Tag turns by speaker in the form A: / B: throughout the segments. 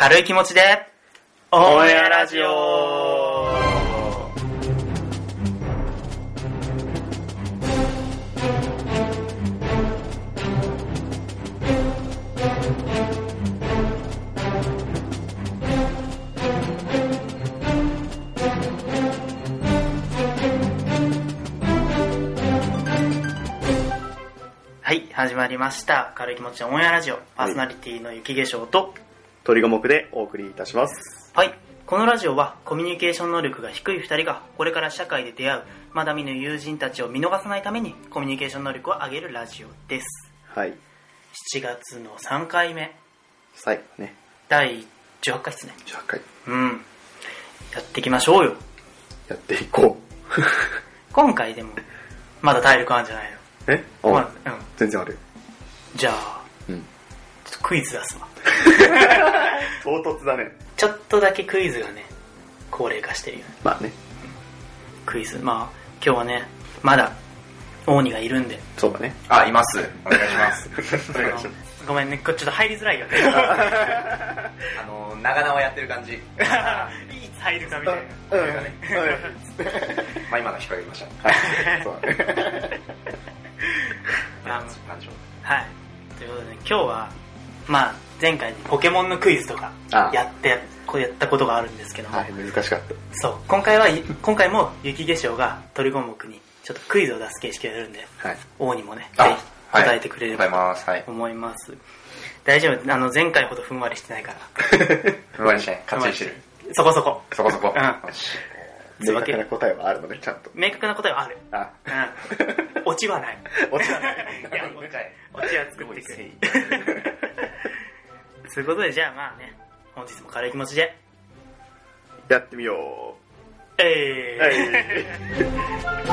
A: 軽い気持ちで、
B: オ
A: オン
B: ンエ
A: エアラ
B: アラ
A: ジ
B: ジ
A: オ
B: オ
A: はい、始まりました。軽い気持ちのオンエアラジオ、パーソナリティの雪化粧と、
B: 鳥が目でお送りいたします。
A: はい、このラジオはコミュニケーション能力が低い2人が、これから社会で出会う、まだ見ぬ友人たちを見逃さないために、コミュニケーション能力を上げるラジオです。
B: はい。
A: 7月の3回目、
B: 最後ね、
A: 第18回ですね。
B: 18回
A: うん。やっていきましょうよ。
B: やっていこ
A: 今回でも、まだ体力あるんじゃないの
B: う。えうん、
A: まだうん。
B: 全然ある。
A: じゃあ、
B: う
A: ち
B: ん。
A: ょっとクイズ出すわ。
B: 唐突だね。
A: ちょっとだけクイズがね、高齢化してるよね。
B: まあね、
A: クイズ。まあ、今日はね、まだ、王にがいる んで。
B: そうだね。
C: あ、います。お願いします。
B: お願いします。
A: ごめんね、これちょっと入りづらいよね。
C: あの、長々やってる 感じ。
A: いつ入るかみたいな。
B: うん。
C: うんまあ今の引っ掛けました。
B: はい。そうだね。
A: あの
C: 何でしょう。
A: はい。ということでね、今日は、まあ、前回ポケモンのクイズとか
B: あ、
A: やって、こうやったことがあるんですけども、
B: はい、難しかっ
A: そう、今回は、い今回も雪化粧が鳥五目にちょっとクイズを出す形式をやるんで、
B: た。はい。
A: 王にもね、ぜ
C: あ
A: ひ答えてくれれば
C: はい、答えます。はい
A: と。思います。大丈夫、あの、前回ほどふんわりしてないから。
C: ふんわりして、かっちりしてる。
A: そこそこ。
C: そこそこ。
A: うん
C: よし
B: 明確な答えはあるのね、ちゃんと。
A: 明確な答えはある。
B: あ、
A: うん。落ちはない。。
B: 落ちはない
A: や、もう一回。落ちは作ってくれ。ということで、じゃあまあね、本日も軽い気持ちで。
B: やってみよ
A: え
B: う。
A: ー。
B: はい。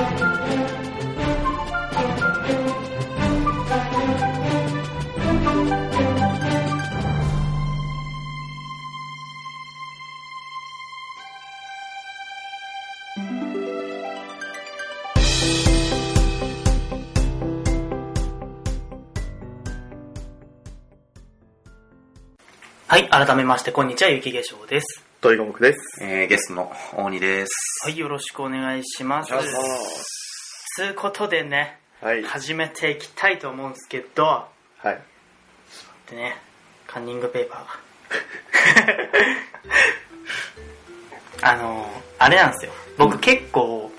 A: はい、改めまして、こんにちは、雪化粧です。
B: 鳥五目です。
C: えー、ゲストの大西です。
A: はい、よろしくお願いします。
C: お願いしま
A: つうことでね、
B: はい。
A: 始めていきたいと思うんですけど、
B: はい。
A: でね、カンニングペーパーが。あの、あれなんですよ。僕結構、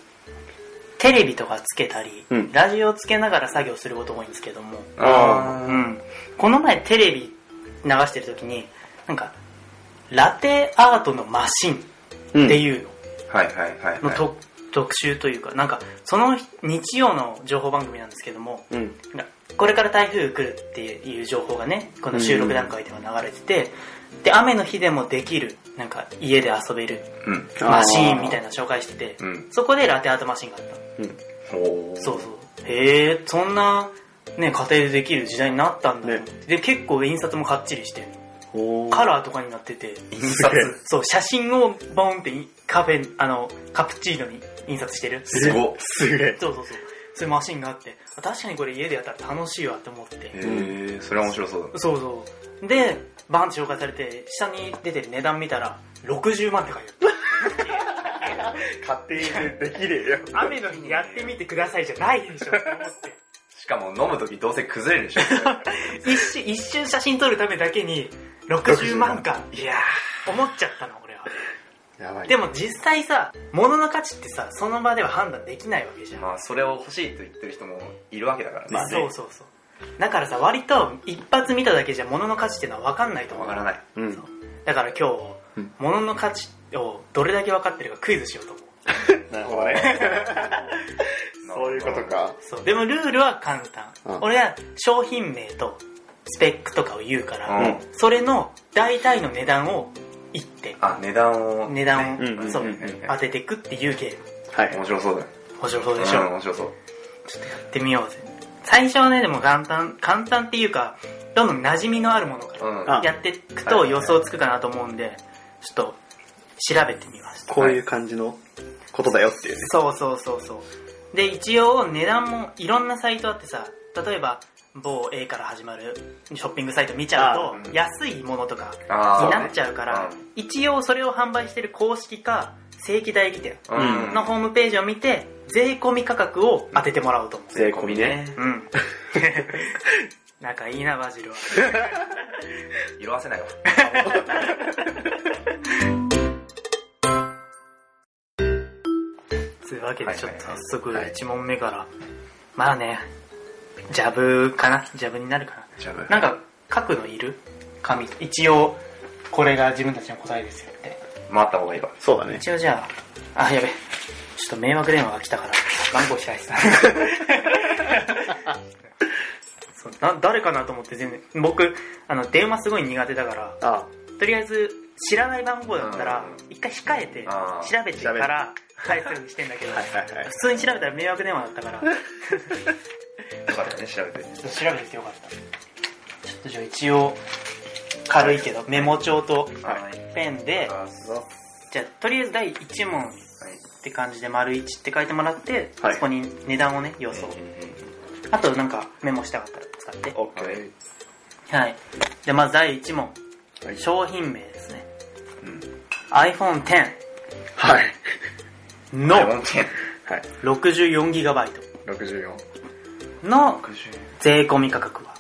A: テレビとかつけたり、
B: うん
A: ラジオつけながら作業することが多いんですけども、
C: あ
A: う。ん、この前テレビ流してる時に、なんか、ラテアートのマシンっていうの、
C: はいはいはい。
A: のと特集というか、なんか、その日曜の情報番組なんですけども、
B: うん。うん。
A: なんかこれから台風来るっていう情報がね、この収録段階では流れてて、で、雨の日でもできる、なんか家で遊べる
C: うん。
A: マシーンみたいなの紹介してて、
C: うん。
A: そこでラテアートマシンがあったの。
B: うん。
C: おー
A: そうそう。へえ、そんな、ね、家庭でできる時代になったんだと思って、で、結構印刷もかっちりしてる
B: お
A: カラーとかになってて、
C: 印刷。
A: そう、写真をボンっていカフェ、あの、カプチーノに印刷してる。
C: すごっ。
B: すげえ。
A: そうそうそう。そういうマシンがあって、あ確かにこれ家でやったら楽しいわって思って。
C: えー、それは面白そう
A: そうそう。で、バンって紹介されて、下に出てる値段見たら、60万って書いて
B: 家庭でできねえよ。
A: ある。雨の日にやってみてくださいじゃないでしょって思って。
C: だ。しかも飲むときどうせ崩れるでしょ。
A: 一瞬、一瞬写真撮るためだけに、60万か。いやー、思っちゃったの、俺は。
B: やばい。
A: でも実際さ、物の価値ってさ、その場では判断できないわけじゃん。
C: まあ、それを欲しいと言ってる人もいるわけだからね。
A: そうそうそう。だからさ、割と一発見ただけじゃ物の価値ってのは分かんないと思
C: わ
A: う。
C: からない。
B: うん。
A: だから今日、
B: うん
A: 物の価値をどれだけ分かってるかクイズしようと思う。
B: なるほどね。そういうことか。
A: そう。でもルールは簡単。
B: うん
A: 俺は商品名とスペックとかを言うから、
C: うん
A: それの大体の値段を言って、
C: あ、値段を。
A: 値段を、
B: うんうん
A: そう、
B: うんうん
A: 当ててくっていうゲーム。
B: はい。
C: 面白そうだね。
A: 面白そうでし
C: うん
A: ょ。
C: 面白そう。
A: ちょっとやってみようぜ。最初はね、でも簡単、簡単っていうか、どんどん馴染みのあるものから
C: うん。
B: あ
A: やっていく
C: は
A: と
C: い
A: 予想つくかなと思うんで、ちょっと調べてみました。
B: こういう感じのことだよっていうね。
A: そうそうそうそう。で、一応値段もいろんなサイトあってさ、例えば、某 A から始まるショッピングサイト見ちゃう
B: あ
A: と
B: うん
A: 安いものとか
C: あ
A: に
C: ー
A: なっちゃうから
C: そうね
A: 一応それを販売してる公式か正規代理店
C: うん
B: うん
A: のホームページを見て税込み価格を当ててもらおうと思
B: 税込みね。
A: ううん仲いい なバジルは
C: 色あせないわ
A: つうわけで
C: はい
A: ちょっと早速
C: はい
A: 1問目からまあねジャブかなジャブになるか
B: ジャブ
A: ななんか書くのいる紙一応これが自分たちの答えですよって
C: 回った方がいいわ
B: そうだね。
A: 一応じゃああやべちょっと迷惑電話が来たから番号開いてたそうな誰かなと思って全然僕あの電話すごい苦手だから
B: あ
A: とりあえず知らない番号だったら
C: う
A: 一回控えて
C: あー
A: 調べてから返すようにしてんだけど
B: はいはいはい
A: 普通に調べたら迷惑電話だったからちょ
C: よかったね調べて
A: っと調べててよかったちょっとじゃあ一応軽いけどメモ帳と
C: はい
A: ペンで
C: あそう
A: じゃあとりあえず第1問って感じで丸1って書いてもらって、
B: はい
A: そこに値段をね予想、あとなんかメモしたかったら使って
B: オッケ
C: はい
B: ー。
A: はいじゃあまず第1問、
B: はい
A: 商品名ですね
C: うん、
A: iPhone10
B: はい。
A: の
B: はい。
A: 64GB
B: 64。
A: の税込み価格は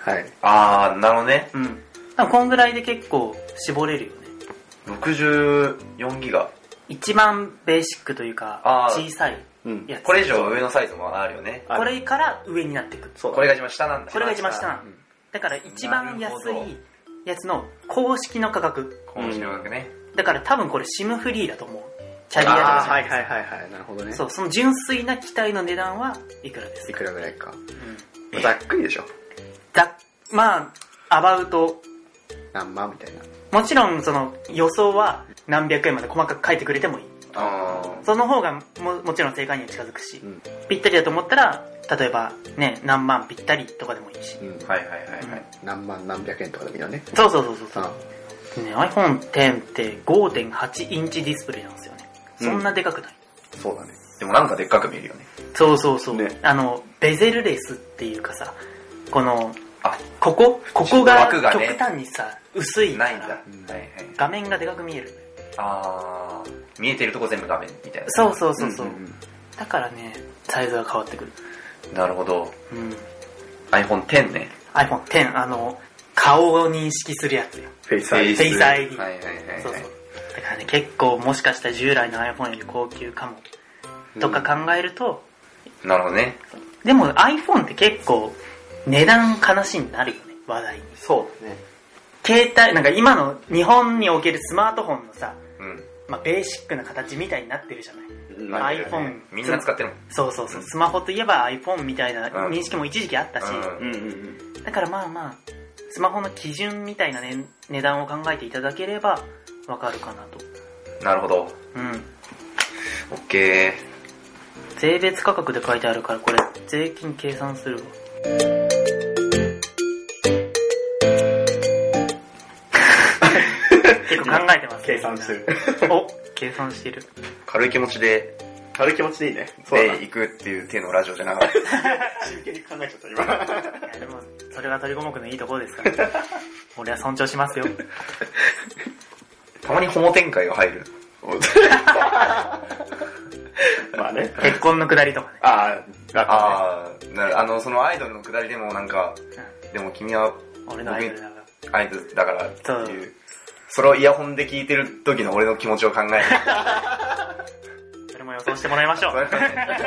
B: はい。
C: ああなるほどね
A: うん多分こんぐらいで結構絞れるよね
C: 64ギガ
A: 一番ベーシックというか
C: あー
A: 小さい
B: うん。
A: やつ
C: これ以上上のサイズもあるよね
B: ある
A: これから上になっていく
B: そうだ
C: これが一番下なんだ
A: これが一番下なの
B: うん
A: だから一番
C: なるほ
A: 安
C: ど
A: いやつの公式の価格
C: この白額ね
A: だから多分これ SIM フリーだと思うキャリアとかじ
B: あー
A: ゃな
B: はいいはいはいはい。なるほどね。
A: そうその純粋な機体の値段はいくらです
B: い
A: か、
B: くらぐらいか。
A: うん
B: ざっくりでしょ。
A: だまあアバウト
B: 何万みたいな。
A: もちろんその予想は何百円まで細かく書いてくれてもいい
C: ああ
A: その方がももちろん正解には近づくし、
B: うん
A: ぴったりだと思ったら例えばね何万ぴったりとかでもいいし、
B: うん。
C: はいはいはいはい
B: 何万何百円とかでもいいよね。
A: そうそうそうそうそう
B: あ
A: ね、iPhone10 って5.8インチディスプレイなんですよねそんなでかくない、
B: そうだね。
C: でもなんかでっかく見えるよね
A: そうそうそう、
B: ね
A: あのベゼルレスっていうかさこの
C: あ
A: ここここが
C: 枠
A: 極
C: がね
A: 端にさ、薄いか
C: ないん
A: ら
C: だ、
B: うん
C: はいはい
A: 画面がでかく見える
C: ああ見えてるとこ全部画面みたいな
A: そうそうそうそう、
B: んんん
A: だからねサイズが変わってくる、
C: なるほど
A: うん、
C: iPhone10 ね
A: iPhone10 あの顔を認識するやつよ
B: フェイスアイ
A: フェイス ID
C: はいはいはいはい
A: そうそうだからね結構もしかしたら従来の iPhone より高級かもとか考えると、
C: なるほどね
A: でも iPhone って結構値段悲しになるよね話題に
B: そうだね。
A: 携帯なんか今の日本におけるスマートフォンのさ、
C: うん
A: まあ、ベーシックな形みたいになってるじゃない
B: うん
A: まあ
B: なる
A: iPhone
C: みんな使ってるもん
A: そうそうそう
C: うん
A: スマホといえば iPhone みたいな
C: うん
A: 認識も一時期あったし、
C: うん
B: うんうんうん。
A: だからまあまあスマホの基準みたいな、ね、値段を考えていただければわかるかなと
C: なるほど
A: うん
C: オッケ
A: 税別価格で書いてあるからこれ税金計算するわ結構考えてますね
B: 計算してる。
A: お計算してる
C: ー軽い気持ちで
B: 軽い気持ちでいいね。
C: で行くっていう手のラジオじゃなかった
B: 真剣に考えちゃった、今。
A: いやでもそれが鳥五目のいいところですから俺は尊重しますよ
C: たまにホモ展開 が入る
B: まあね。
A: 結婚のくだりとかね
B: ああ、だか
C: ああなるあのそのアイドルのくだりでもなんかでも君は
A: うん俺のアイドルだから
C: アイドルだからっていうそれをイヤホンで聞いてる時の俺の気持ちを考え る
A: それも予想してもらいましょう
C: それはね
B: らね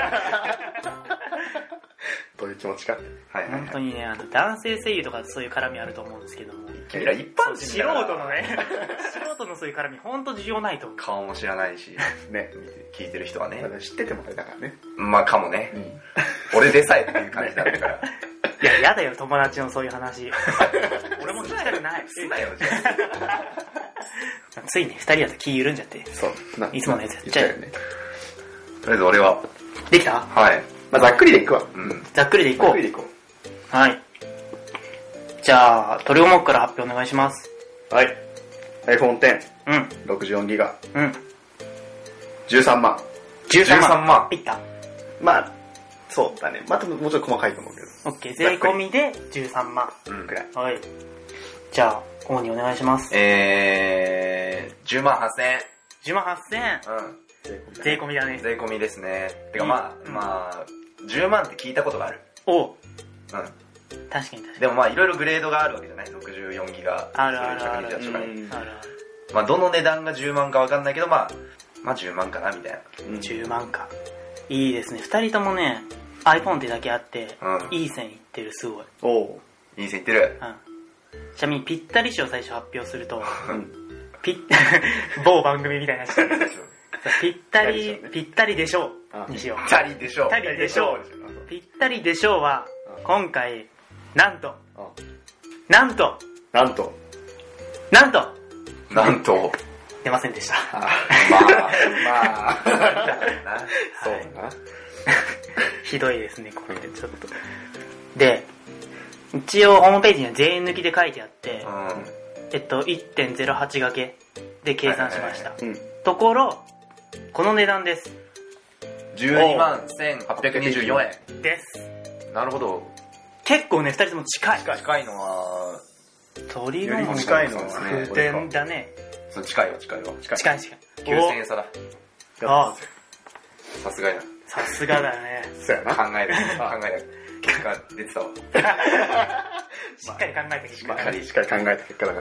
B: どういう気持ちか。
C: はいはい
A: 本
C: は
A: 当にねあの男性声優とかそういう絡みあると思うんですけども
C: い君ら一般
A: 素
C: 人
A: 人
C: だから
A: のね素人のそういう絡み本当需要ないと思う
C: 顔も知らないし
B: ね。
C: 聞いてる人はね
B: 知っててもあれだからね。
C: まあかもね俺でさえっていう感じだったから
A: いややだよ友達のそういう 話俺も聞きたくない
C: すなよじゃ
A: ついね2人だと気緩んじゃって
B: そう。ない
A: つものやつやっ
B: 言っ
A: ち
B: ち
A: ゃ
B: ゃ
A: え
B: うよね。
C: あとりあえず俺は
A: できた
C: はい
B: まあ、ざっくりでいくわ。
C: うん
A: ざっくりでい
B: ざっ
A: こ
B: くり
A: う
B: でいこ
A: はいじゃあトリオモックから発表お願いします
B: う。はい。iPhone X、
A: うん
B: 64ギガ、
A: うん
B: 13万。
A: 13万
C: 万
A: ピッタ
B: まあ、そうだね。またもうちょっと細かいと思うけど。
A: OK 税込みで13万
C: うん
B: くらい。
A: はいじゃあ王にお願いします
C: えー、10万8000円。
A: 10万8000
C: う
A: 円税込みだね
C: ん。税込みですね。てかまあ、
A: うん
C: まあ、10万って聞いたことがある。
A: おう
C: う
A: 確かに確
C: ん。
A: か
C: でもまあ、いろいろグレードがあるわけじゃない ?64 ギガ。
A: あるあるある
C: 128とかね
A: にあら
C: まあ、どの値段が10万かわかんないけど、まあ、まあ10万かな、みたい
B: うん
A: 10万かいいですね2人ともね iPhone ってだけあって、
C: うん
A: いい線いってるすごい、
B: おう。
C: な。いい線いってる。
A: うん、ちなみにぴったり賞を最初発表すると
B: うん。
A: ぴっ 某番組みたいな人
C: ぴ
A: ぴ
C: っ
A: ったり
B: ぴったりでしょうね
A: ぴったりでしょ
B: あ
A: うにしよ
C: たりでしょう。
A: ぴったりでしょううぴったりでしょうは
B: うん
A: 今回なんと
B: あ
A: なんと
B: なんと。
A: なんと
C: なんと、
A: 出ませんでした
B: あ
C: まあ、まあ、
B: そうだな。
A: ひどいですねこれちょっとで一応ホームページには税抜きで書いてあって、
C: な。うん。
A: えっと1.08掛けで計算しました、
C: は
B: うん。
A: ところこの値段です
C: 12万1824円。
A: です
C: なるほど。
A: 結構ね2人とも近い
C: 近いのは、
A: 鳥
B: よ
A: の
B: り
A: も
B: も
A: ね
B: 近いの
C: そう
B: は
C: ですね
B: これか
A: 点だね
C: そう近いわ、近いわ。
B: 近い。
A: 近い近い
C: 9000円差だ。
A: おあ
C: さすがやな。
A: さすがだね
B: そうやな。
C: 考 える、考える。結果出てたわ。
A: しっかり考えてきて
B: まあ、しっかり考えた結果だか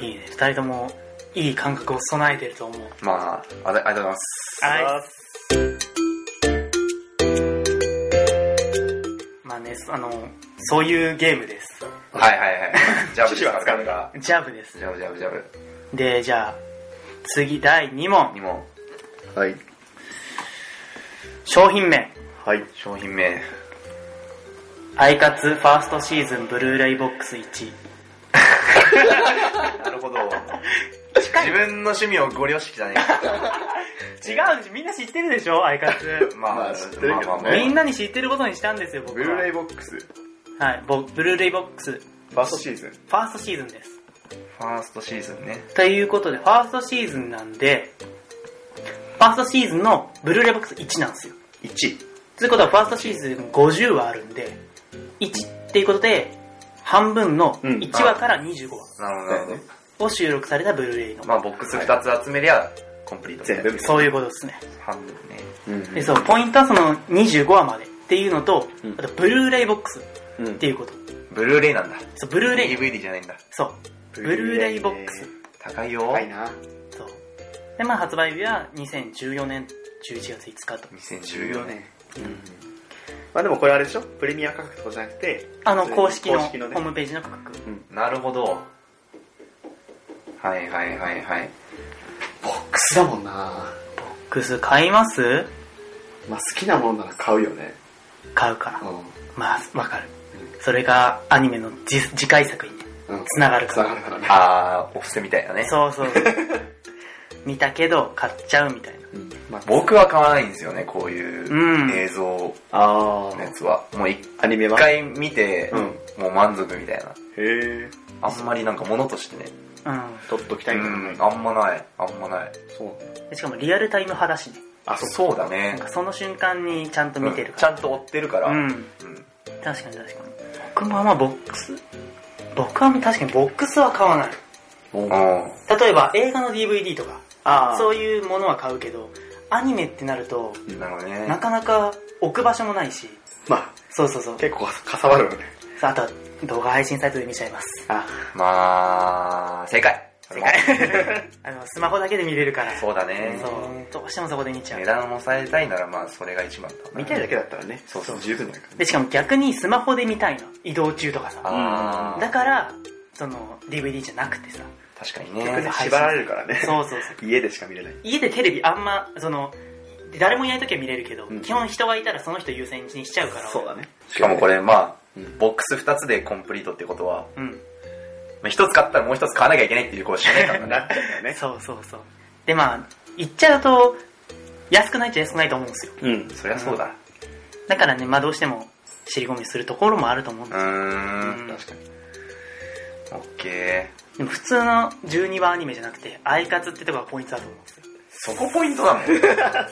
B: ら。
A: いいね2人ともいい感覚を備えてると思う
C: まあ、ありありがとうございます。
A: はいまあねあのそういうゲームです
C: はいはいはい。ジャブ
B: 機 は掴んだ。
A: ジャブです
C: ジャブジャブジャブ。
A: でじゃあ次第2問
C: にも、
B: はい。
A: 商品名
B: はい。
C: 商品名。
A: アイカツファーストシーズンブルーレイボックス1
C: なるほど。自分の趣味をご了承じゃね
A: 違うしみんな知ってるでしょアイカツ
C: えまあ、
B: まあ知ってるけどね
C: まあまあ
A: みんなに知ってることにしたんですよ僕
B: ブルー
A: は
B: レイボックス、フ
A: はいボブルーレイボックスフ
B: ァーストシーズン。
A: ァーストシーズンです
C: ファーストシーズンね。
A: ということでファーストシーズンなんでファーストシーズンのブルーレイボックス1なんですよ
B: 1。
A: ということはファーストシーズン50話あるんで1っていうことで半分の
B: うん
A: 1話から25話
C: なるほど、なるほど。
A: を収録されたブルーレイの、
C: まあ、ボックス2つ集めりゃ、コンプリート。
B: 全部。
A: そういうことですね
C: 半分ね。
B: うん。
A: でそうポイントはその25話までっていうのと、
B: うん
A: あとブルーレイボックスっ
B: うん
A: ていうこと
C: ブルーレイなんだ。
A: そうブルーレイ
C: DVD じゃないんだ。
A: そうブルーレイボックス。
C: 高いよ。
B: 高いな。
A: そうでまあ発売日は2014年11月5日と
C: 2014年。。
B: うん。まあでもこれあれでしょプレミア価格とかじゃなくて、
A: あの公式の
B: 公
A: ホ
B: 式のね
A: ームページの価格
C: なるほど。はいはいはい はい。
B: ボックスだもんな
A: クス買います
B: まあ好きなものなら買うよね。
A: 買うから
B: う
A: まあわかるそれがアニメの次次回作にね
B: ん。うん。
A: つながる
B: つ
A: か
B: な
A: ら
B: がるからね。
C: あー、お布施みたいなね。
A: そう そう見たけど買っちゃうみたいな
B: うん。まあ、
C: 僕は買わないんですよね、こう
A: うん
C: いう映像
B: あ
C: のやつは。もう一
B: アニメはへ
C: 回見て、
B: うん
C: もう満足みたいな。
B: え。
C: あんまりなんか物としてね。
A: う
B: 取っとき
C: う
B: たいんだ
C: ん、あんまない。あんまない。
B: そう。
A: んでしかもリアルタイム派だしね
B: あ、
C: そう
B: そう。
C: だね
A: なん。かその瞬間にちゃんと見てる
C: うんちゃ
A: か
C: んと追ってるからら。
A: うん、
C: うん
A: 確かに確かに僕もあんまボックス僕は確かにボックスは買わない
C: うん
A: 例えば映画の DVD とか
B: ああ。
A: そういうものは買うけどアニメってなると
C: なるほどね。
A: なかなか置く場所もないし
B: まあ、
A: そうそうそう
B: 結構かさばるよね。
A: さああとは動画配信サイトで見ちゃいます
B: あ、
C: まあ、正解。正解。
A: あのスマホだけで見れるから
C: そうだね
A: そ。うどうしてもそこで見ちゃう
C: 値段を抑えたいなら、まあ、それが一番だな。
B: 見たいだけだったらね、
C: そうそう
B: 十分だからね。
A: でしかも逆にスマホで見たいの移動中とかさ
C: あー
A: だからその DVD じゃなく てさ
C: 確かに
B: 結局
C: ね
B: ね。縛られるからね。
A: そうそうそう
B: 家でしか見れない。
A: 家でテレビあんまその誰もいない時は見れるけど、
B: うん
A: 基本人がいたらその人優先にしちゃうから
B: そうだね。
C: しかもこれ、まあ
B: うん、
C: ボックス2つでコンプリートってことは、
A: うん
C: まあ一つ買ったらもう一つ買わなきゃいけないっていう、こう、使命感が
B: な
C: ね。
B: っちゃうからね。
A: そうそうそうでまあ言っちゃうと安くないっちゃ安くないと思うんですよ
B: うん。
C: そりゃそうだ。
A: だからねまあどうしても尻込みするところもあると思うん
C: う
A: ですよ、
C: ーん。
B: 確かに。
C: オッケー。
A: でも普通の12話アニメじゃなくてアイカツってとこがポイントだと思うんですよ
C: そこポイントな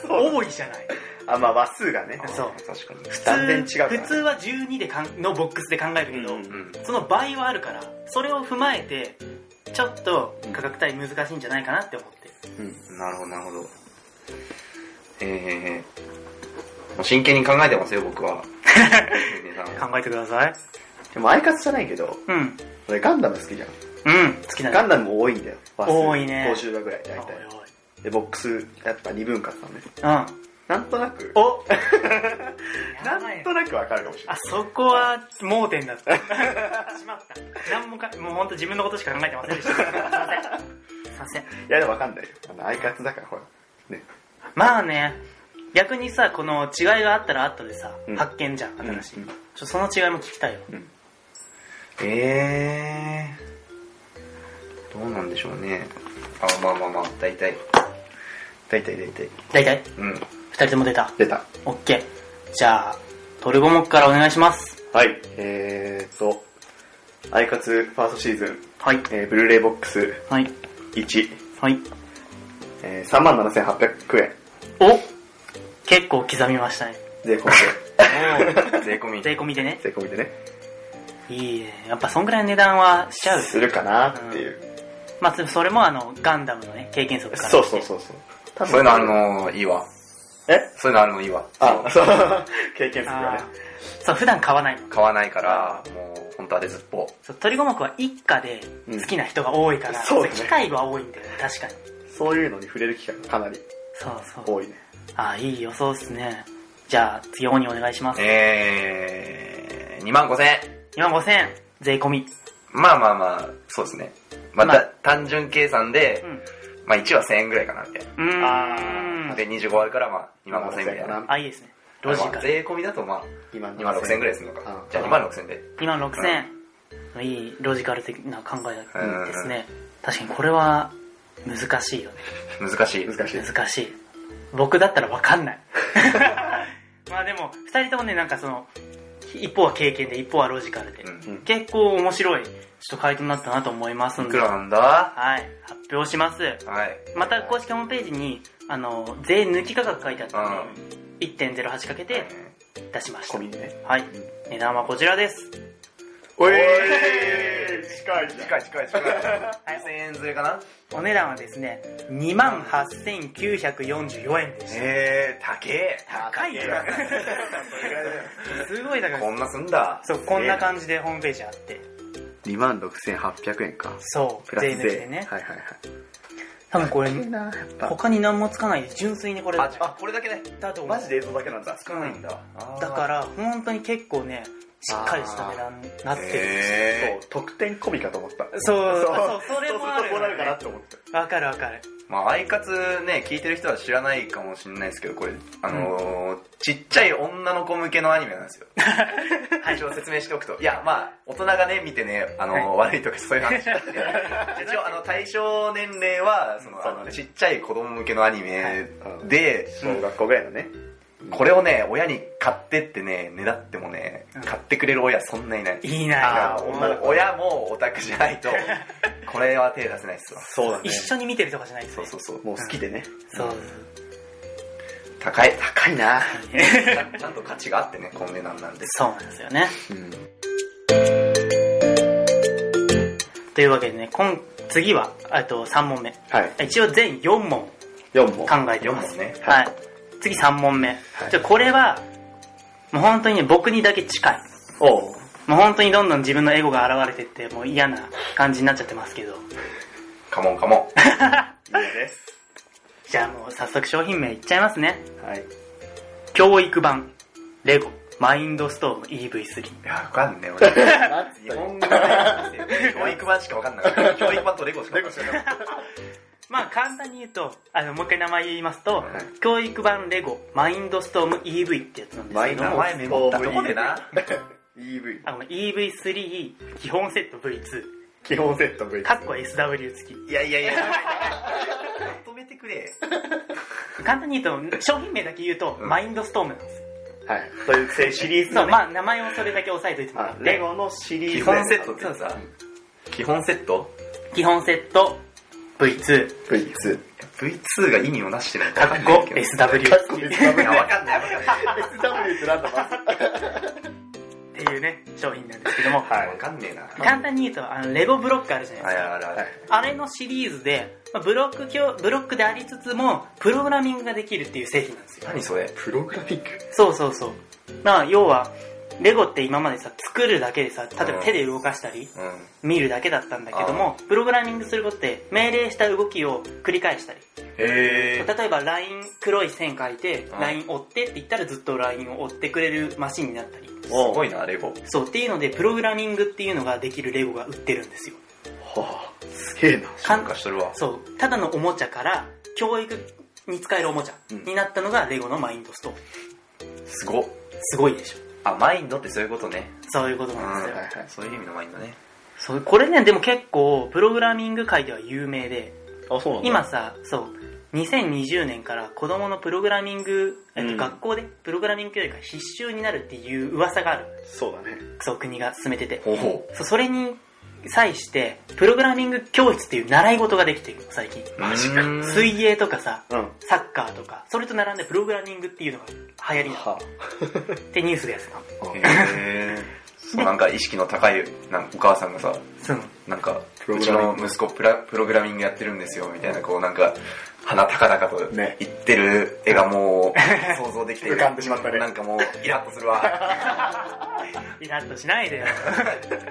C: の
A: 多いじゃない
B: あ、まあ話数がね。
A: そう
C: 確かに。
A: 普通
B: 断然違うからね
A: 普通は12でかんのボックスで考えるけど、
B: うん
C: うん。
A: その倍はあるからそれを踏まえてちょっと価格帯難しいんじゃないかなって思って
C: なるほど、なるほど。えー、もう真剣に考えてますよ、僕は。ねえな
A: 考えてください
B: でも、アイカツじゃないけど、
A: うんうん
B: 俺ガンダム好きじゃん。
A: 好きなん
B: ガ
A: だ
B: ンダムも多いんだよ。話数
A: 多いね
B: 50話ぐらい、
A: おい
B: 大
A: おい
B: 体。で、ボックス、やっぱ二分割なんで。
A: うん
B: なんとなく、
A: お
B: なんとなくわかるかもしれな
A: あ
B: い。
A: そこは盲点だったしまった何もかもう本当自分のことしか考えてません でしたすいませんすいません
B: いや、でもわかんないよ。あの、アイカツだから、ほら。ね。
A: まあね逆にさこの違いがあったらあったでさ、
B: うん
A: 発見じゃん新しい、
B: うん
A: ちょその違いも聞きたいよ
C: えー、どうなんでしょうね。あ、まあまあまあ、大体。
B: 大体大体。
A: 大体
C: うん。
A: 2人とも出た
B: 出た。
A: オッケーじゃあトルゴモックからお願いします
B: はい。えーっと、アイカツファーストシーズン、
A: はい
B: えー、ブルーレイボックス
A: はい
B: 1、
A: はい
B: えー、37,800円。
A: お結構刻みましたね
B: 税 込
C: 税込み。
A: 税込みでね
B: みで。税込みでね。
A: いいねやっぱそんぐらいの値段はしちゃう
B: するかなっていう。
A: まあでもそれもあのガンダムのね経験則から
B: そうそうそうそう。多
C: そういうのあるのいいわ。
B: え
C: そういうのあるのいいわ。
B: あ、そう。経験する
A: あ
B: よね
A: ー。そう普段買わないの
C: 買わないから、もう、本当はでずっぽ。
A: そう鳥五目は一家で好きな人が多いから、
B: うんそうね
A: 機会が多いんだよね確かに
B: そういうのに触れる機会がかなり
A: そうそう
B: 多いね。
A: あーいい予想っすねじゃあ次方にお願いします
C: えー、2万5千円。
A: 2万5000円税込み
C: まあまあまあ、そうですね。ま
A: ま
C: た
A: あ、
C: 単純計算で
A: う、ん
C: まあ1は1000円ぐらいかな、みたいな。
A: うーん
B: あー
C: で、25あるから、まあ、2万5000円みたい
B: か
C: な。
B: な。
A: あいいですねロジ
C: ま
A: カ
C: あ
A: ル
C: 税込みだと、まあ、
B: 今
C: 2万6000円ぐらいするのか
B: う。ん
C: じゃあ2万6000円で。
A: 2万6000円、いいロジカル的な考え
C: うん
A: ですね、確かにこれは難しいよね
C: 難しい。
B: 難しい。
A: 難しい僕だったら分かんない まあでも2人ともねなんかその一方は経験で一方はロジカルで、
C: うん
B: うん
A: 結構面白いちょっと回答になったなと思いますん
C: い
A: で
C: く
A: は
C: らなんだ
A: い発表します
C: はい。
A: また公式ホームページにあの税抜き価格書いてあったので1.08かけて出しまし
B: コ
A: た
B: ミにね。
A: はい値段はこちらです
B: お
C: えー
B: 近いじゃん
C: 近い近い近い。9000円ずれかな
A: お値段はですね2万8944円でした
C: えー、高え。
A: 高いよ すごいだか
C: こ
A: ら
C: んなすんだ。
A: そうこんな感じでホームページあって
B: 2万6800円か。
A: そう
B: プラ
A: 税
B: ス
A: 抜
B: 税
A: き。でね
B: はいはいはい。
A: 多分こ れ
B: いいな、やっぱ。
A: 他に何もつかないで純粋にこれ
C: あ
A: だ、
C: あこれだけね。
A: と思う
B: マジで映像だけなんだ。
C: つかないんだ。。
A: だからら本当に結構ねしっかりした値段になってる
C: え
B: そう、得点込みかと思った。
A: そうあそうそれもある
B: そうそうそうこうなるかなって思って。
A: わかるわかる
C: ー。まあ、アイカツね、聞いてる人は知らないかもしれないですけど、これ、あのー、ちっちゃい女の子向けのアニメなん ですよ。一応説明しておくと。いや、まあ、大人がね、見てね、あのー、悪いとかそういう 話じゃなくて一応、あの、対象年齢は、その、あ
B: そう
C: の
B: ね
C: ちっちゃい子供向けのアニメで、
B: 小学校ぐらいのね。
C: これをね、親に買ってってね、ねだってもね
A: うん、
C: 買ってくれる親そんないない。
A: いいな
C: あ
B: あー
C: の
B: 女の子
C: もう親もオタクじゃない と、これは手出せないっすわ。
B: そうだ
A: 一緒に見てるとかじゃないです
C: そう
A: ね
C: そうそう。
B: もう好きでね。
A: そう
C: 高い。
B: 高いな
C: ちゃんと価値があってね、この値段なんで。
A: そうなんですよね
B: うん。
A: というわけでね今次はあと3問目
B: はい。
A: 一応全4問
B: 4問。
A: 考えてます
C: 四問ね
A: はい、次3問目、じゃあこれはもう本当にね僕にだけ近い
B: おう
A: もう本当にどんどん自分のエゴが現れてってもう嫌な感じになっちゃってますけど
C: カモンカモン。
B: いいね。
A: じゃあもう早速商品名いっちゃいますね
B: はい。
A: 教育版レゴマインドストーブ EV3
C: いや、わかんねえ、俺。日
B: 日本
C: 本語がないんですよ教育版しかわかんなかった。教育版とレゴしかわかんなかった。
A: まあ簡単に言うとあのもう一回名前言いますと、
B: い
A: 教育版レゴマインドストーム EV ってやつなんです
B: マ
A: け
B: イ
A: ど
B: ナ
A: も
C: 名前メモったとこでな。
B: EV。
A: あの EV3 基本セット V2
B: 基本セット V。
A: かっこ SW 付き
C: いやい やいや。まとめてくれ。
A: 簡単に言うと商品名だけ言うと、
C: うん
A: マインドストームなんですよ
B: はい。というシリーズ
A: そ
B: の
A: う
B: ね。
A: まあ名前をそれだけ押さえといてもら
B: あ
A: っ
B: レ
A: て
B: ゴのシリーズ。
C: 基本セットってさ、基本セット
A: 基本セット V2
B: V2。
C: V2 が意味をなしてない
A: か
C: か
A: っこ SW
B: かっこ SW
C: いや、わかんないわかんない。
B: SW ってなんだ、まず。
A: っていうね商品なんですけども、
B: はい
C: わかんねえな。
A: 簡単に言うとあのレゴブロックあるじゃないで
C: は
A: す
C: い
A: か、
C: あるある。
A: あれのシリーズでまあブロック教ブロックでありつつもプログラミングができるっていう製品なんですよ
C: 何それ
B: プログラミング
A: そうそうそうまあ要はレゴって今までさ作るだけでさ例え
C: う
A: ば
C: ん
A: 手で動かしたり
C: うん。
A: 見るだけだったんだけどもプログラミングすることって命令した動きを繰り返したり
C: へー。
A: 例えばライン黒い線書いて
C: うん
A: ライン追ってって言ったらずっとラインを追ってくれるマシンになったり
C: すごいな、レゴ。
A: そうっていうのでプログラミングっていうのができるレゴが売ってるんですよ
B: はあ、すげえな。
C: 進化しとるわ。
A: そうただのおもちゃから教育に使えるおもちゃ
C: うん
A: になったのがレゴのマインドストーン
C: すごっ。
A: すごいでしょ
C: あ、マインドってそういうことね。
A: そういうこと
C: うん。
A: なんですよ、
B: はいはい
C: そういう意味のマインドね。
A: そうこれねでも結構プログラミング界では有名で
B: あ、そうなんだ。
A: 今さそう2020年から子供のプログラミング、えっと
B: うん
A: 学校でプログラミング教育が必修になるっていう噂がある
B: そうだね。
A: そう国が進めてて
C: ほうほ
A: そうそれに際してプログラミング教室っていう習い事ができてる最近
C: う。
B: マジか
C: うん
A: 水泳とかさ
B: うん。
A: サッカーとかそれと並んでプログラミングっていうのが流行りだ
B: は
A: ってニュースでやってた
C: へー。そう、なんか意識の高い、なんかお母さんがさ、
A: その
C: なんか、
B: プロ
C: う
B: グ
C: ち
B: ラミン
C: の
B: グ
C: 息子プラプログラミングやってるんですよ、みたいな、こうなんか、鼻高々と言
B: ね
C: ってる絵がもう、想像で きてる。
B: 浮かんでしまったね
C: なんかもう、イラッとするわ。
A: イラッとしないでよ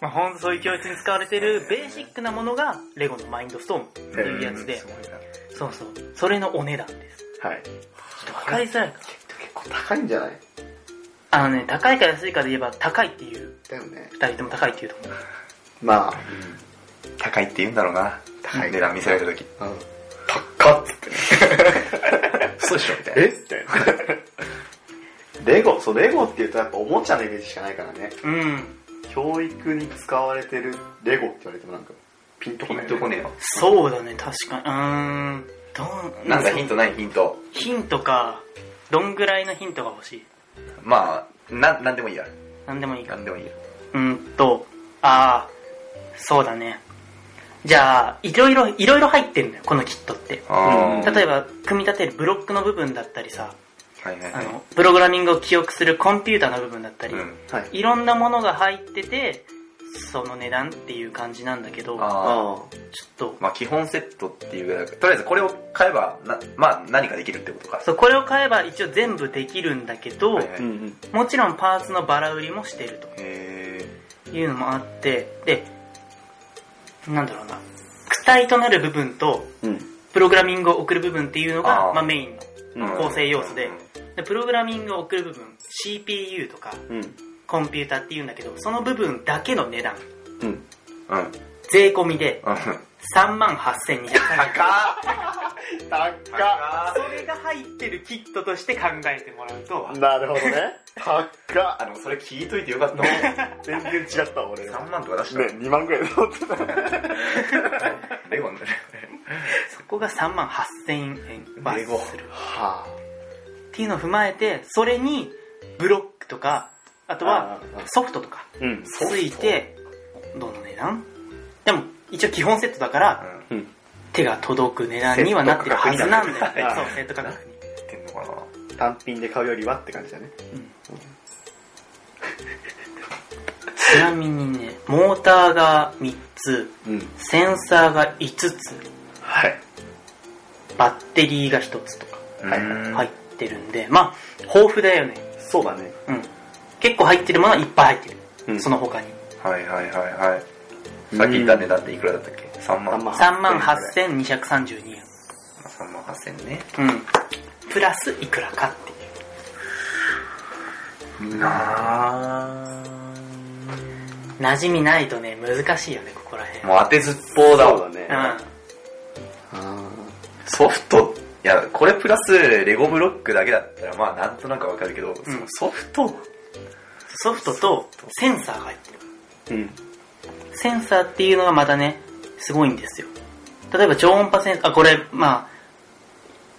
A: まあ本当そういう教育に使われてるベーシックなものがレゴのマインドストーンっていうやつ
C: うん
A: です
C: ごいな
A: そうそうそれのお値段です
B: あ。はい。
A: ちょっと分かりづらいか
B: 結構高いんじゃない
A: あのね高いか安いかで言えば高いっていう
B: だよね。
A: 2人とも高いっていうと思う
B: ま
C: 高いって言うんだろうな。
B: 高い
C: 値段見せられた時。
B: あ、うん。高っつって。
C: そうでしょみたいな。
B: えみたいな。レゴ、そう、レゴって言うとやっぱおもちゃのイメージしかないからね。
A: うん
B: 教育に使われてるレゴって言われてもなんか、ピンとこ
C: ピ
B: ない、
C: ンとこねえよ。
A: そうだね確かにうーんどん
C: なんかヒントないヒント。
A: ヒントかどんぐらいのヒントが欲しい
C: まあ、な、なんでもいいや。
A: なんでもいいか
C: なんでもいいや。
A: うんと、ああ、そうだね。じゃあ、いろいろ、いろいろ入ってるんだよ、このキットって。
C: あー
A: 例えば、組み立てるブロックの部分だったりさ、
C: はいはい
A: あ
C: はい。
A: の、プログラミングを記憶するコンピューターの部分だったり、
C: うん。
B: はい。
A: いろんなものが入ってて、その値段っていう感じなんだけど、ちょっ
C: ああ。
B: ああ。
A: と、
C: まあ基本セットっていうぐらいだからとりあえずこれを買えば、な、まあ何かできるってことか。
A: そう、これを買えば一応全部できるんだけど、
C: はいはい
B: うんうん。
A: もちろんパーツのバラ売りもしてると。
C: へ
A: いうのもあって、で、なんだろうな、躯体となる部分と、
B: うん。
A: プログラミングを送る部分っていうのが
C: あー
A: まあ、メインの
C: ーうん
A: 構成要素で
C: うん
A: でプログラミングを送る部分 CPU とか
B: うん。
A: コンピューターっていうんだけどその部分だけの値段
B: うん。
C: うん。うん
A: 税込みで
C: 高っ
A: 3万8200円
B: 高
A: それが入ってるキットとして考えてもらうと
B: っ。なるほどね。高っ
C: あ、。でもそれ聞いといてよかった。
B: 全然違ったわ俺。ね、
C: 3万とか出したら、
B: 2万ぐらいだと思ってた。
C: レゴになる。
A: そこが3万8000円バ
C: レゴ
A: スする
B: は
A: っていうのを踏まえてそれにブロックとかあとは
B: あー
A: ソフトとか
B: あ。うん。
A: ついてどの値段でも一応基本セットだから、
C: うん。
B: うん。
A: 手が届く値段にはなってるはずなんだよ、
B: セット価格になっ
A: そ
B: てる
A: うセット価格に
C: 言ってんのかな。
B: 単品で買うよりはって感じだね。
A: ちなみにねモーターが3つ
B: うん。
A: センサーが5つ
B: はい。
A: バッテリーが1つとか
B: はいはい
C: うん
A: 入ってるんで、まあ豊富だよね
B: そうだね。
A: うん結構入ってるものはいっぱい入ってる、
B: うん
A: その他に
C: はいはいはいはい。さっき言った値段っていくらだったっけ ?3 万。
B: 3万
A: 3万8232円
C: 3万8000ね。
A: うんプラスいくらかっていう
C: な
A: 馴染みないとね難しいよねここら辺
C: もう当てずっぽうだ
B: そう
C: わ
B: だね。
A: うん
B: あ
C: ソフトいやこれプラスレゴブロックだけだったらまあなんとなくわかるけど、
A: ん
C: ソフト
A: ソフトとセンサーが入ってる
B: ーうん。
A: センサーっていうのがまたね、すごいんですよ。例えば超音波センサー、あ、これ、ま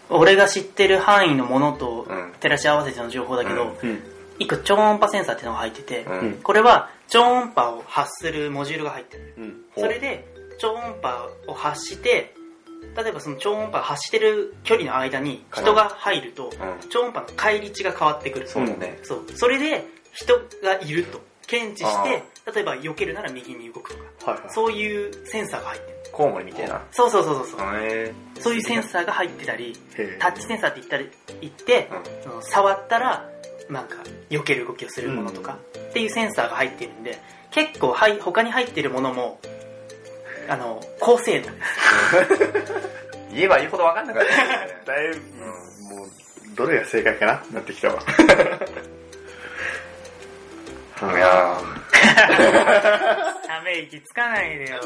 A: あ、俺が知ってる範囲のものと
C: うん
A: 照らし合わせての情報だけど、
B: うん。
A: 一個超音波センサーっていうのが入ってて、
C: うん
A: これは超音波を発するモジュールが入ってる。
B: うん。
A: それで、超音波を発して例えばその超音波を発してる距離の間に人が入ると、
C: うん
A: 超音波の返り値が変わってくる
C: そうだね
A: そうそれで人がいると検知し
C: あ
A: て例えば避けるなら右に動くとか
B: はいはい
A: そういうセンサーが入ってる
C: コウモリみたいな
A: そうそうそうそうそう
C: へ
A: そういうセンサーが入ってたり
B: へー
A: タッチセンサーって言ったり言って
C: え、うん
A: その触ったらなんか避ける動きをするものとか、っていうセンサーが入っているんで結構はい他に入っているものもあの高性能
C: 言えば言うほど分かんな かったね
B: だいぶ、もう、どれが正解かななってきたわ。
C: いやー
A: ため息つかないでよ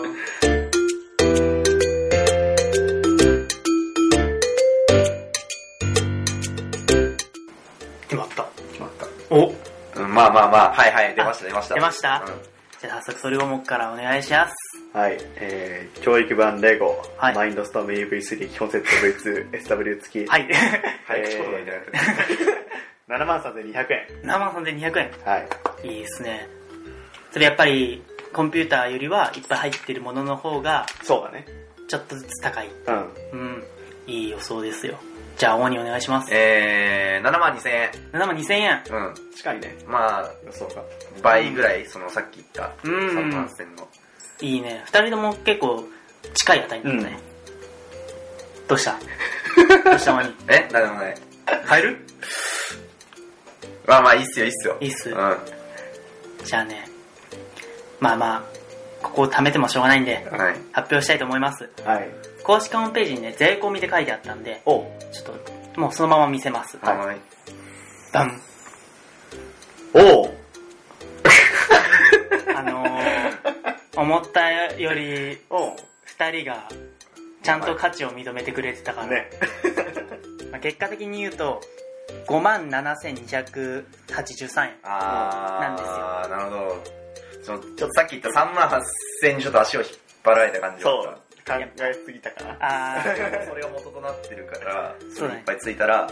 A: 決まった
B: 決まった。
A: お
C: うんまあまあまあ、はいはい、出ました、出ました。
A: 出ました
C: うん
A: じゃあ早速それをもっからお願いします
B: はい、えー、教育版レゴ、
A: はい
B: マインドストーム EV3 基本セット V2、SW 付き、
A: はい
C: 早口言葉みたいになってる
B: 7万3200円。
A: 生3200円
B: はい。
A: いいですね。それやっぱり、コンピューターよりはいっぱい入ってるものの方が、
B: そうだね。
A: ちょっとずつ高い。
B: うん。
A: うん。いい予想ですよ。じゃあ、大にお願いします。
C: えー、7万2000円。
A: 7万2000円。
C: う
B: 近いね。
C: ん。まあ、
B: 予想が。
C: 倍ぐらい、そのさっき言った、
A: うん
C: 3万1000の。
A: いいね。二人とも結構近い値だったね。どう したどうした、大に。
C: えなんでもない。買えるまあまあ、いいっすよ、いいっすよ。
A: いいっす
C: うん。は
A: じゃあね、まあまあ、ここを貯めてもしょうがないんで、
C: い。
A: 発表したいと思います。
B: はい。
A: 公式ホームページにね、税込みで書いてあったんで、
B: お
A: ちょっと、もうそのまま見せます。
C: はい。
A: ダン
B: おう
A: あのー思ったより
B: おう
A: 2人がちゃんと価値を認めてくれてたから、
B: ね。
A: まあ、結果的に言うと5万7283円
C: あー、なるほど。そのちょっとさっき言った3万8000にちょっと足を引っ張られた感じ だ
B: そ
C: っ
B: う
C: た。。
B: 考えすぎたかな。
A: あー
C: それが元となってるから、
A: そうだね
C: いっぱいついたら、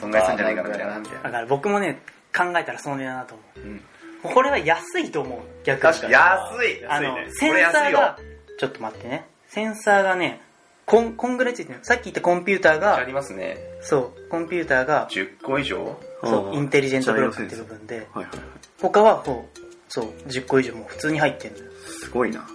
C: 損害するんじゃないかなみたいな。
B: みたい
A: だから僕もね考えたらその値段だと思
B: うん。
A: うこれは安いと思う逆
B: 確かに。
C: 安い
A: あ
B: 安い
A: の
B: ね。
A: センサーがちょっと待ってねセンサーがねこんこんぐらいついてるさっき言ったコンピューター
C: あ
A: が
C: りますね。
A: そうコンピューターが
C: 10個以上
A: そう
B: あー
A: インテリジェントブロックっていう部分で
B: はいはいはい。
A: 他はこうそう10個以上もう普通に入ってるのよ
B: すごいな。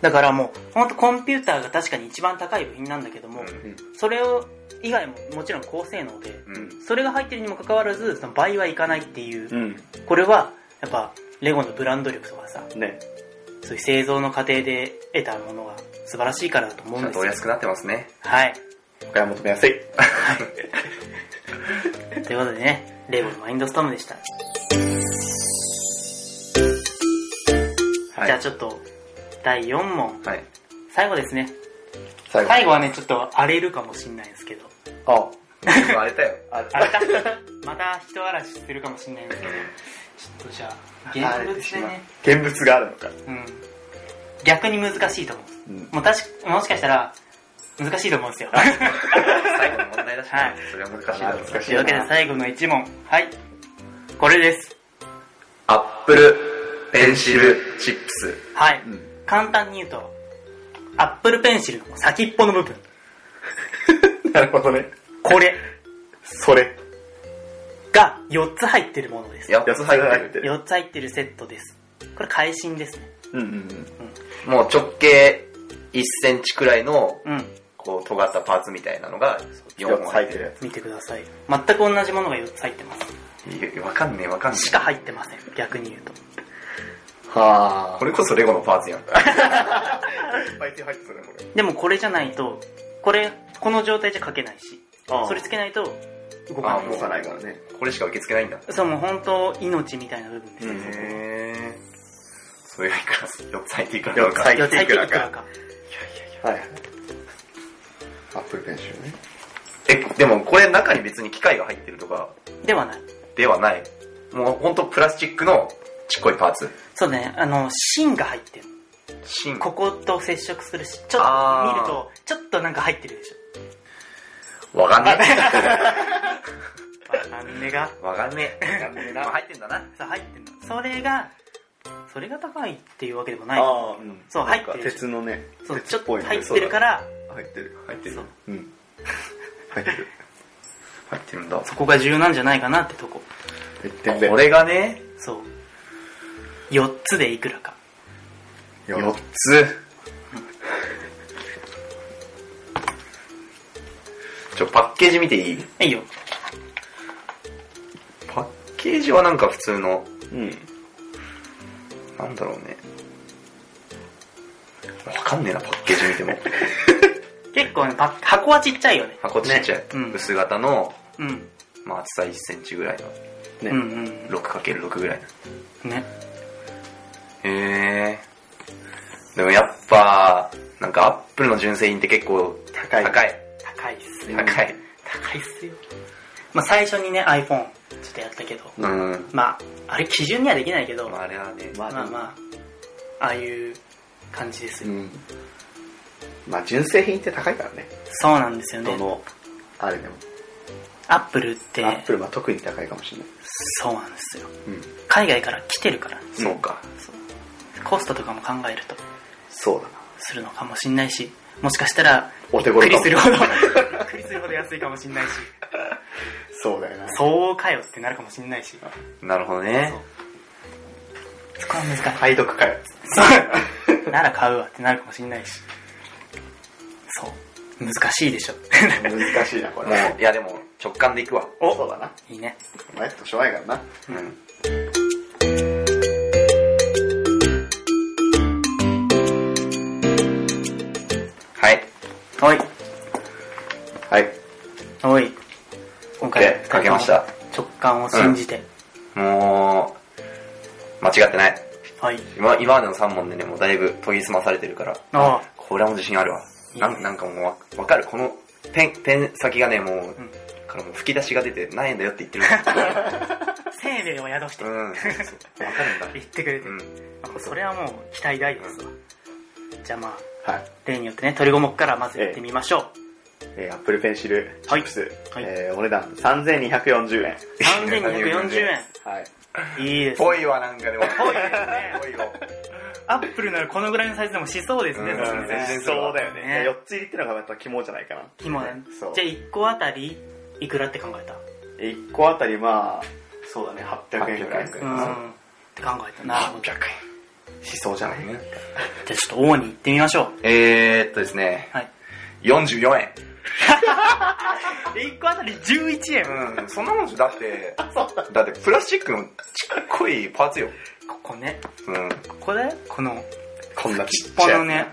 A: だからもう本当コンピューターが確かに一番高い部品なんだけども、
C: うん
A: それを以外ももちろん高性能で
C: うん。
A: それが入ってるにもかかわらずその倍はいかないっていう、
B: うん。
A: これはやっぱレゴのブランド力とかさ
B: ね。
A: そういう製造の過程で得たものが素晴らしいからだと思う
C: ち
A: ん
C: ゃん
A: で
C: と
A: す
C: お
A: よ
C: 安くなってますね。
A: はい
B: お買い求めやすい。
A: ということでねレゴのマインドストームでした、
C: は
A: じ
C: い
A: ゃあ。ちょっと第4問
C: はい。
A: 最後ですね
B: 最後。
A: 最後はねちょっと荒れるかもしれないんですけど
B: あ、
C: あれだよ。
B: あ、
A: あれか また人嵐してるかもしれないんですけどちょっとじゃあ現物でね
B: 現物があるのか。
A: うん逆に難しいと思う
B: うん。
A: もう確かもしかしたら難しいと思うんですよ
C: 最後の問題だしね
A: はい、
C: それは難しいだろう
B: 難 し
A: というわけで最後の1問はいこれです
C: アップル、ペンシル、チップス。
A: はい、
B: ん
A: 簡単に言うとアップルペンシルの先っぽの部分
B: なるほどね。
A: これ
B: それ。
A: が4つ入ってるものです
C: 4つ入ってる。
A: 4つ入ってるセットですこれ会心ですね
B: うんうんうん。
C: もう直径1センチくらいの、
A: うん
C: こう、尖ったパーツみたいなのが4
B: 4
C: 本
B: つ
C: 入
B: 入
C: っ
B: っててる
C: る。
B: やつ。
A: 見てください全く同じものが4つ入ってます
C: いやわかんねえわかんね
A: し
C: え。
A: か入ってません逆に言うと
B: は
C: これこそレゴのパーツやん。いっぱい手入ってたね、これ。
A: でもこれじゃないとこれこの状態じゃ書けないし
B: あー
A: それつけないと動か
C: あー
A: な
C: も
A: いう
B: 動かないからね。
C: これしか受け付けないんだ。
A: そうもう本当命みたいな部分です、
B: うん
C: へえ。それがいくら、4つ入っていくら
B: 四つ入
A: 四
B: っ
A: つ
B: て
A: 入って
B: い
A: い
B: く
A: く
B: ら
A: ら
B: か。
A: か
B: はい。アップルペンシルね。
C: え、でもこれ中に別に機械が入ってるとか
A: ではない
C: ではない。もうほんとプラスチックのちっこいパーツ。
A: そうだねあの芯が入ってる
C: 芯。
A: ここと接触するしちょっ
C: あ
A: と
C: ー
A: 見るとちょっとなんか入ってるでし
C: わかんね
A: ょわかんねが
C: え。わかんねえ。まあ入ってんだな。
A: そう入ってるのそれがそれが高いっていうわけでもない
B: ああ、うん。
A: そう入って
B: なん
A: る
B: か鉄のね、
A: そうち
B: 鉄
A: ょ
B: っ
A: っと
B: ぽいね
A: 入ってるから
C: 入ってる入ってる
A: そう
B: うん。
C: 入ってる入ってるんだ
A: そこが重要なんじゃないかなってとこ
B: 1.0。
C: これがね
A: そう4つでいくらか
C: 4つ ちょパッケージ見ていい
A: いいよ
C: パッケージはなんか普通の
B: うん。
C: なんだろうねわかんねえなパッケージ見て も
A: 結構ねパッ箱はちっちゃいよね
C: 箱ちっちゃい、
A: うん
C: 薄型の、
A: うん、
C: まあ、厚さ1センチぐらいの
B: ね。
A: うんうんう
C: 6×6 ぐらいの
A: んね
C: へえでもやっぱなんかアップルの純正品って結構
B: 高い
C: 高い
A: 高いっすよ
C: 高い
A: 高いっすよまあ最初にね iPhone ちょっとやったけど
C: うん、
A: まああれ基準にはできないけど、
C: まあ、
A: ま
C: あれはね、
B: ま
A: あ、
B: あ、
A: まあああいう感じです
B: う
A: よ、
B: ん。まあ、純正品って高いからね。
A: そうなんですよ
B: ど
A: ね
B: の、あれでも。
A: アップルって
B: アップルは特に高いかもしれない。
A: そうなんですよ
B: うん。
A: 海外から来てるからね
C: そうか
A: そうコストとかも考えると
B: そうだな。
A: するのかもしんないしもしかしたら
B: お手
A: びっく
B: 頃か
A: りする
B: も
A: ほどびっくりするほど安いかもしんないし
B: そうだよな。
A: そうかよってなるかもしんないし
C: なるほどね
A: そこは難しい、
B: 解読かよ。
A: そうなら買うわってなるかもしんないしそう難しいでしょ
B: 難しいな、これ。
C: もういやでも直感でいくわ
B: おそうだな。
A: いいね
B: お前としょうがないからな。
C: うんはい
A: おい
B: はい。
A: おい今回
C: で書けました
A: 直感を信じて、
C: もう間違ってない
A: はい
C: 今今までの3問でねもうだいぶ研ぎ澄まされてるから
A: ああ
C: これはもう自信あるわなんなんかもうわわかるこのペンペン先がねもう、
A: ん
C: からもう吹き出しが出て「ないんだよ」って言 ってる
A: 生命を宿して
C: うんそうそうそうわかるんだ
A: 言ってくれて、
C: うん
A: あそれはもう期待大ですわ、じゃあまあ
B: はい。
A: 例によってね鳥五目からまずやってみましょう、
B: えー、アップルペンシルチ
A: はい
B: ップス、
A: はい
B: えーお値段3240円。
A: 3240
B: はい。
A: 円いいですね
C: ぽいわなんかでもぽいねぽいよ
A: アップルならこのぐらいのサイズでもしそうですね、
C: うん
A: それね
C: 全然
B: そうだよね。
A: ね
B: 4つ入りってのがやっぱ肝じゃないかな。
A: 肝だね
B: そう
A: じゃあ1個あたりいくらって考えた
B: 1個あたりまあ、そうだね、800円くらい。
C: 800
A: う
C: 円
A: んって考えたなるほどじゃ
B: しそうじゃない
A: あちょっと王に行ってみましょう
C: えー、っとですね
A: はい
C: 44円
A: 1個あたり11円、
C: うんそんなもんじゃだってだってプラスチックのちっこいパーツよ
A: ここね
C: うん
A: ここだよこの
B: こんなちっ
A: こ
B: ちゃ
A: の
B: いや
A: ね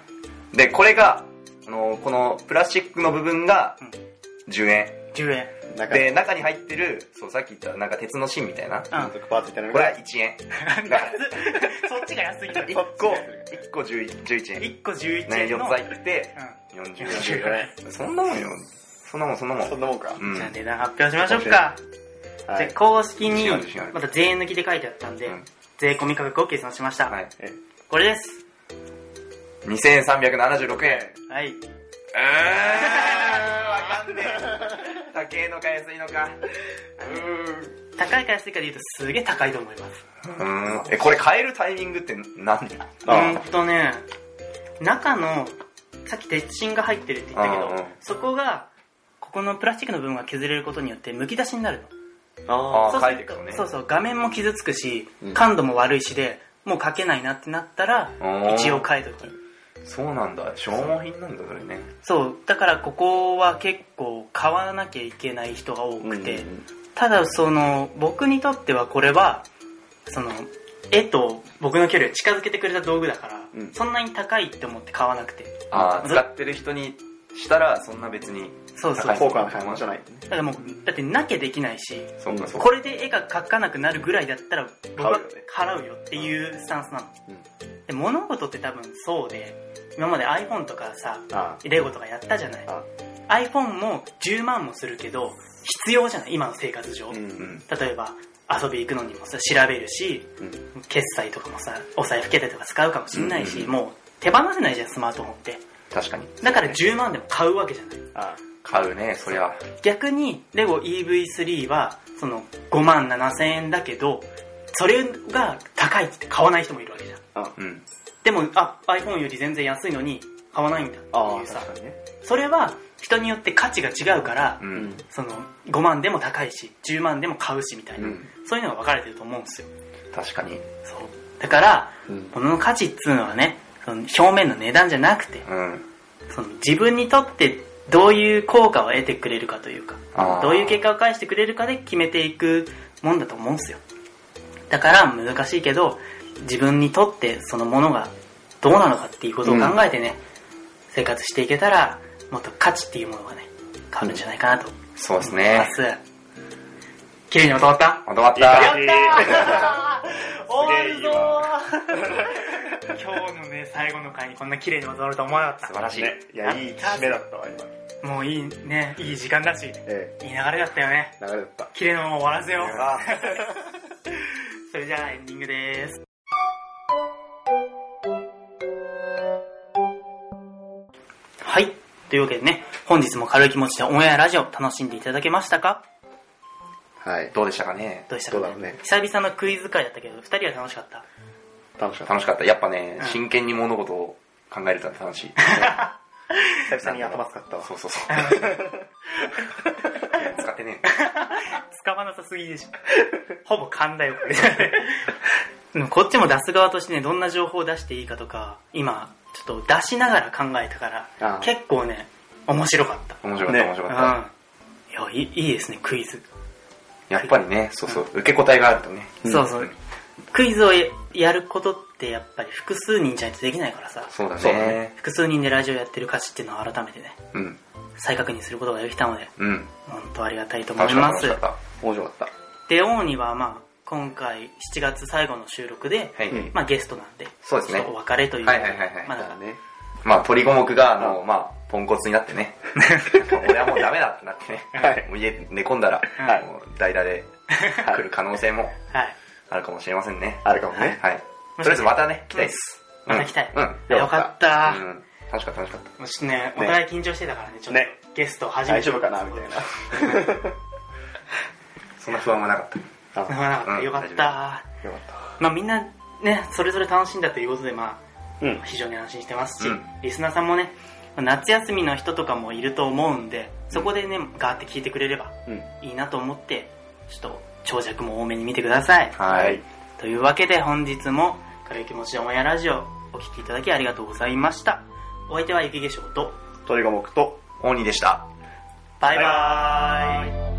C: でこれがあのこのプラスチックの部分が
A: うん
C: 10円
A: 10円
B: つ。なんか、
C: で中に入ってるそうさっき言ったなんか鉄の芯みたいな
A: うん
B: 満足パーツみたいなの
C: これ
B: が
C: は1円
A: 安っ そっちが安いんだ
C: 1
A: 1
C: 個1個11 11円
A: 個11
C: ね
A: 円の
C: 4つ入って
A: うん
C: 40円そんなもんよそんなもんそんなもん
B: そんなもんか。
C: うん
A: じゃあ値段発表しましょうか。
B: は
A: じゃあ
B: い。
A: 公式に
C: 違う違う、
A: また税抜きで書いてあったんで
C: うん、
A: 税込み価格を計算しました。
C: はい
B: え
A: これです。
C: 2376円
A: はい。
C: うーんわかんねえ高えのか安いのか
A: 高いか安いかで言うとすげえ高いと思います。
C: うーんえこれ変えるタイミングって何
A: う
B: あ
A: んとね、中の、さっき鉄芯が入ってるって言ったけ
C: うんうん
A: ど、そこが、ここのプラスチックの部分が削れることによって剥き出しになるの。
B: あ
C: あ
A: そう
C: 書
A: す
C: いて
A: る
C: くのね
A: とそうそう、画面も傷つくし
B: うん、
A: 感度も悪いしで、もう書けないなってなったら
C: あ、ー
A: 一応書いとき。
C: そうなんだ消耗品なんだそれね
A: そうだからここは結構買わなきゃいけない人が多
B: うんう
A: く
B: ん
A: て、ただその僕にとってはこれはその絵と僕の距離を近づけてくれた道具だから、
B: うん
A: そんなに高いって思って買わなくて
C: ああ
A: ず
C: 使ってる人にしたらそんな別に
A: そうそう
C: 高い
A: だ
B: 高価な買い物じゃない。
A: からもうだってなきゃできないし
C: そうかそうか
A: これで絵が描かなくなるぐらいだったら僕は払うよっていうスタンスなの、
B: うん
A: で物事って多分そうで今まで iPhone とかさ
B: あ
A: レゴとかやったじゃない
B: あ
A: iPhone も10万もするけど必要じゃない今の生活上、
B: あ。うん
C: う。ん
A: 例えば遊び行くのにもさ調べるし
B: うん
A: 決済とかもさお財布携帯とか使うかもしんないし、
C: うんうん
A: もう手放せないじゃんスマートフォンって
C: 確かに
A: だから10万でも買うわけじゃない
B: あ
C: 買うねそりゃ
A: 逆にレゴ EV3 はその5万7千円だけどそれが高いって買わない人もいるわけじゃん。
B: あ
C: うん。
A: でも、あ、iPhone より全然安いのに買わないんだって
B: あ
A: いう
B: ー
A: さ
B: 確。かにね
A: それは人によって価値が違うから、
C: う。
B: うん
A: その5万でも高いし、10万でも買うしみたいな、
C: うん
A: そういうのが分かれてると思うんですよ。
C: 確かに。
A: そう。だから、
B: うん
A: 物の価値っつうのはね、その表面の値段じゃなくて、
C: うん。
A: その自分にとってどういう効果を得てくれるかというか
C: あー
A: どういう結果を返してくれるかで決めていくもんだと思うんですよだから難しいけど自分にとってそのものがどうなのかっていうことを考えてね、生活していけたらもっと価値っていうものがね変わるんじゃないかなと思い
C: そうです
A: ま
C: ね。
A: す、綺麗にまとまった
C: まとまっ
B: いい
C: た
B: 感。じ
A: 終
B: 終
A: わ
B: わ
A: るぞ今 日のね最後の回にこんな綺麗にまとまると思わなか
C: 素
A: っ
C: 晴らしい。
B: ねいや、いい締めだったわ、今。
A: たもういいねいい時間だしいい
B: え
A: 流れだったよね
B: え、流れだった。
A: 綺麗なまま終わらせよう。
B: あ
A: それじゃあエンディングです。はい。というわけでね、本日も軽い気持ちでオンエアラジオ楽しんでいただけましたか
B: はい。
C: どうでしたかね
A: どうでしたか、
B: どうだろうね
A: 久々のクイズ会だったけど、二人は楽しかった。
B: 楽しかった。
C: 楽しかった。やっぱね
A: うん、
C: 真剣に物事を考えると楽しい。
B: 久々に頭使ったわ。
C: そうそうそう。使ってね
A: 使わなさすぎでしょ。ほぼ勘だよ、これ。でもこっちも出す側としてね、どんな情報を出していいかとか、今、ちょっと出しながら考えたか
B: あ
A: ら
B: あ、
A: 結構ね、面白かった。
C: え。面白かった、
B: ね
C: 面白
A: うん
C: かっ
A: いやいいいいですねクイズ、
C: た。やっぱりね、そうそう、受け答えがあるとね。
B: うん
A: そうそうクイズをややることってやっぱり複数人じゃないとできないからさ
C: そうだ
B: そうだね
C: ね。
A: 複数人でラジオやってる価値っていうのを改めてね
C: うん。
A: 再確認することができたので
C: うん。
A: 本当ありがたいと思
C: 楽
A: い
C: しかっ
A: ま
C: た、楽
A: す
C: しかった。
B: 面白かった。
A: で王にはまあ今回7月最後の収録で、
C: はい。
B: うん
A: まあ、ゲストなんで
C: そうですね
A: ちょっとお別れという
C: はいはいはいはい
A: まあだか
B: だかららね。
C: まあ、鳥五目が、あの、まあ、ポンコツになってね。俺はもうダメだってなってね。
B: はい
C: もう家で寝込んだら、
A: はい
C: もう代打で来る可能性も
A: はい
C: あるかもしれませんね。
B: あるかもね。
C: はい。とりあえずまたね、来たいっす。
A: また来たい、
C: うん。うん
A: よかった、
C: うん楽しかった、楽しかっ
A: もうちょっとねお互い緊張してたからねちょっと
B: ね
A: ゲスト初めて
B: 大丈夫かなみたいな。
C: た。そんな不安はなかっ た。
B: あ、
A: なかな かった
C: うん
A: よかった、
C: 大
B: よかっ
A: まあみんなね、それぞれ楽しんだということで、ま
B: た。うん
A: あ、。非常に安心してますし、
C: うん
A: リスナーさんもね、夏休みの人とかもいると思うんで、そこでね、ガーって聞いてくれれば
B: うん。
A: いいなと思って、ちょっと長尺も多めに見てください。
C: はい。
A: というわけで本日も、軽い気持ちでオンエアラジオ、お聴きいただきありがとうございました。お相手は雪化粧と、
B: 鳥が目と、
C: 大にでした。
A: バイバーイ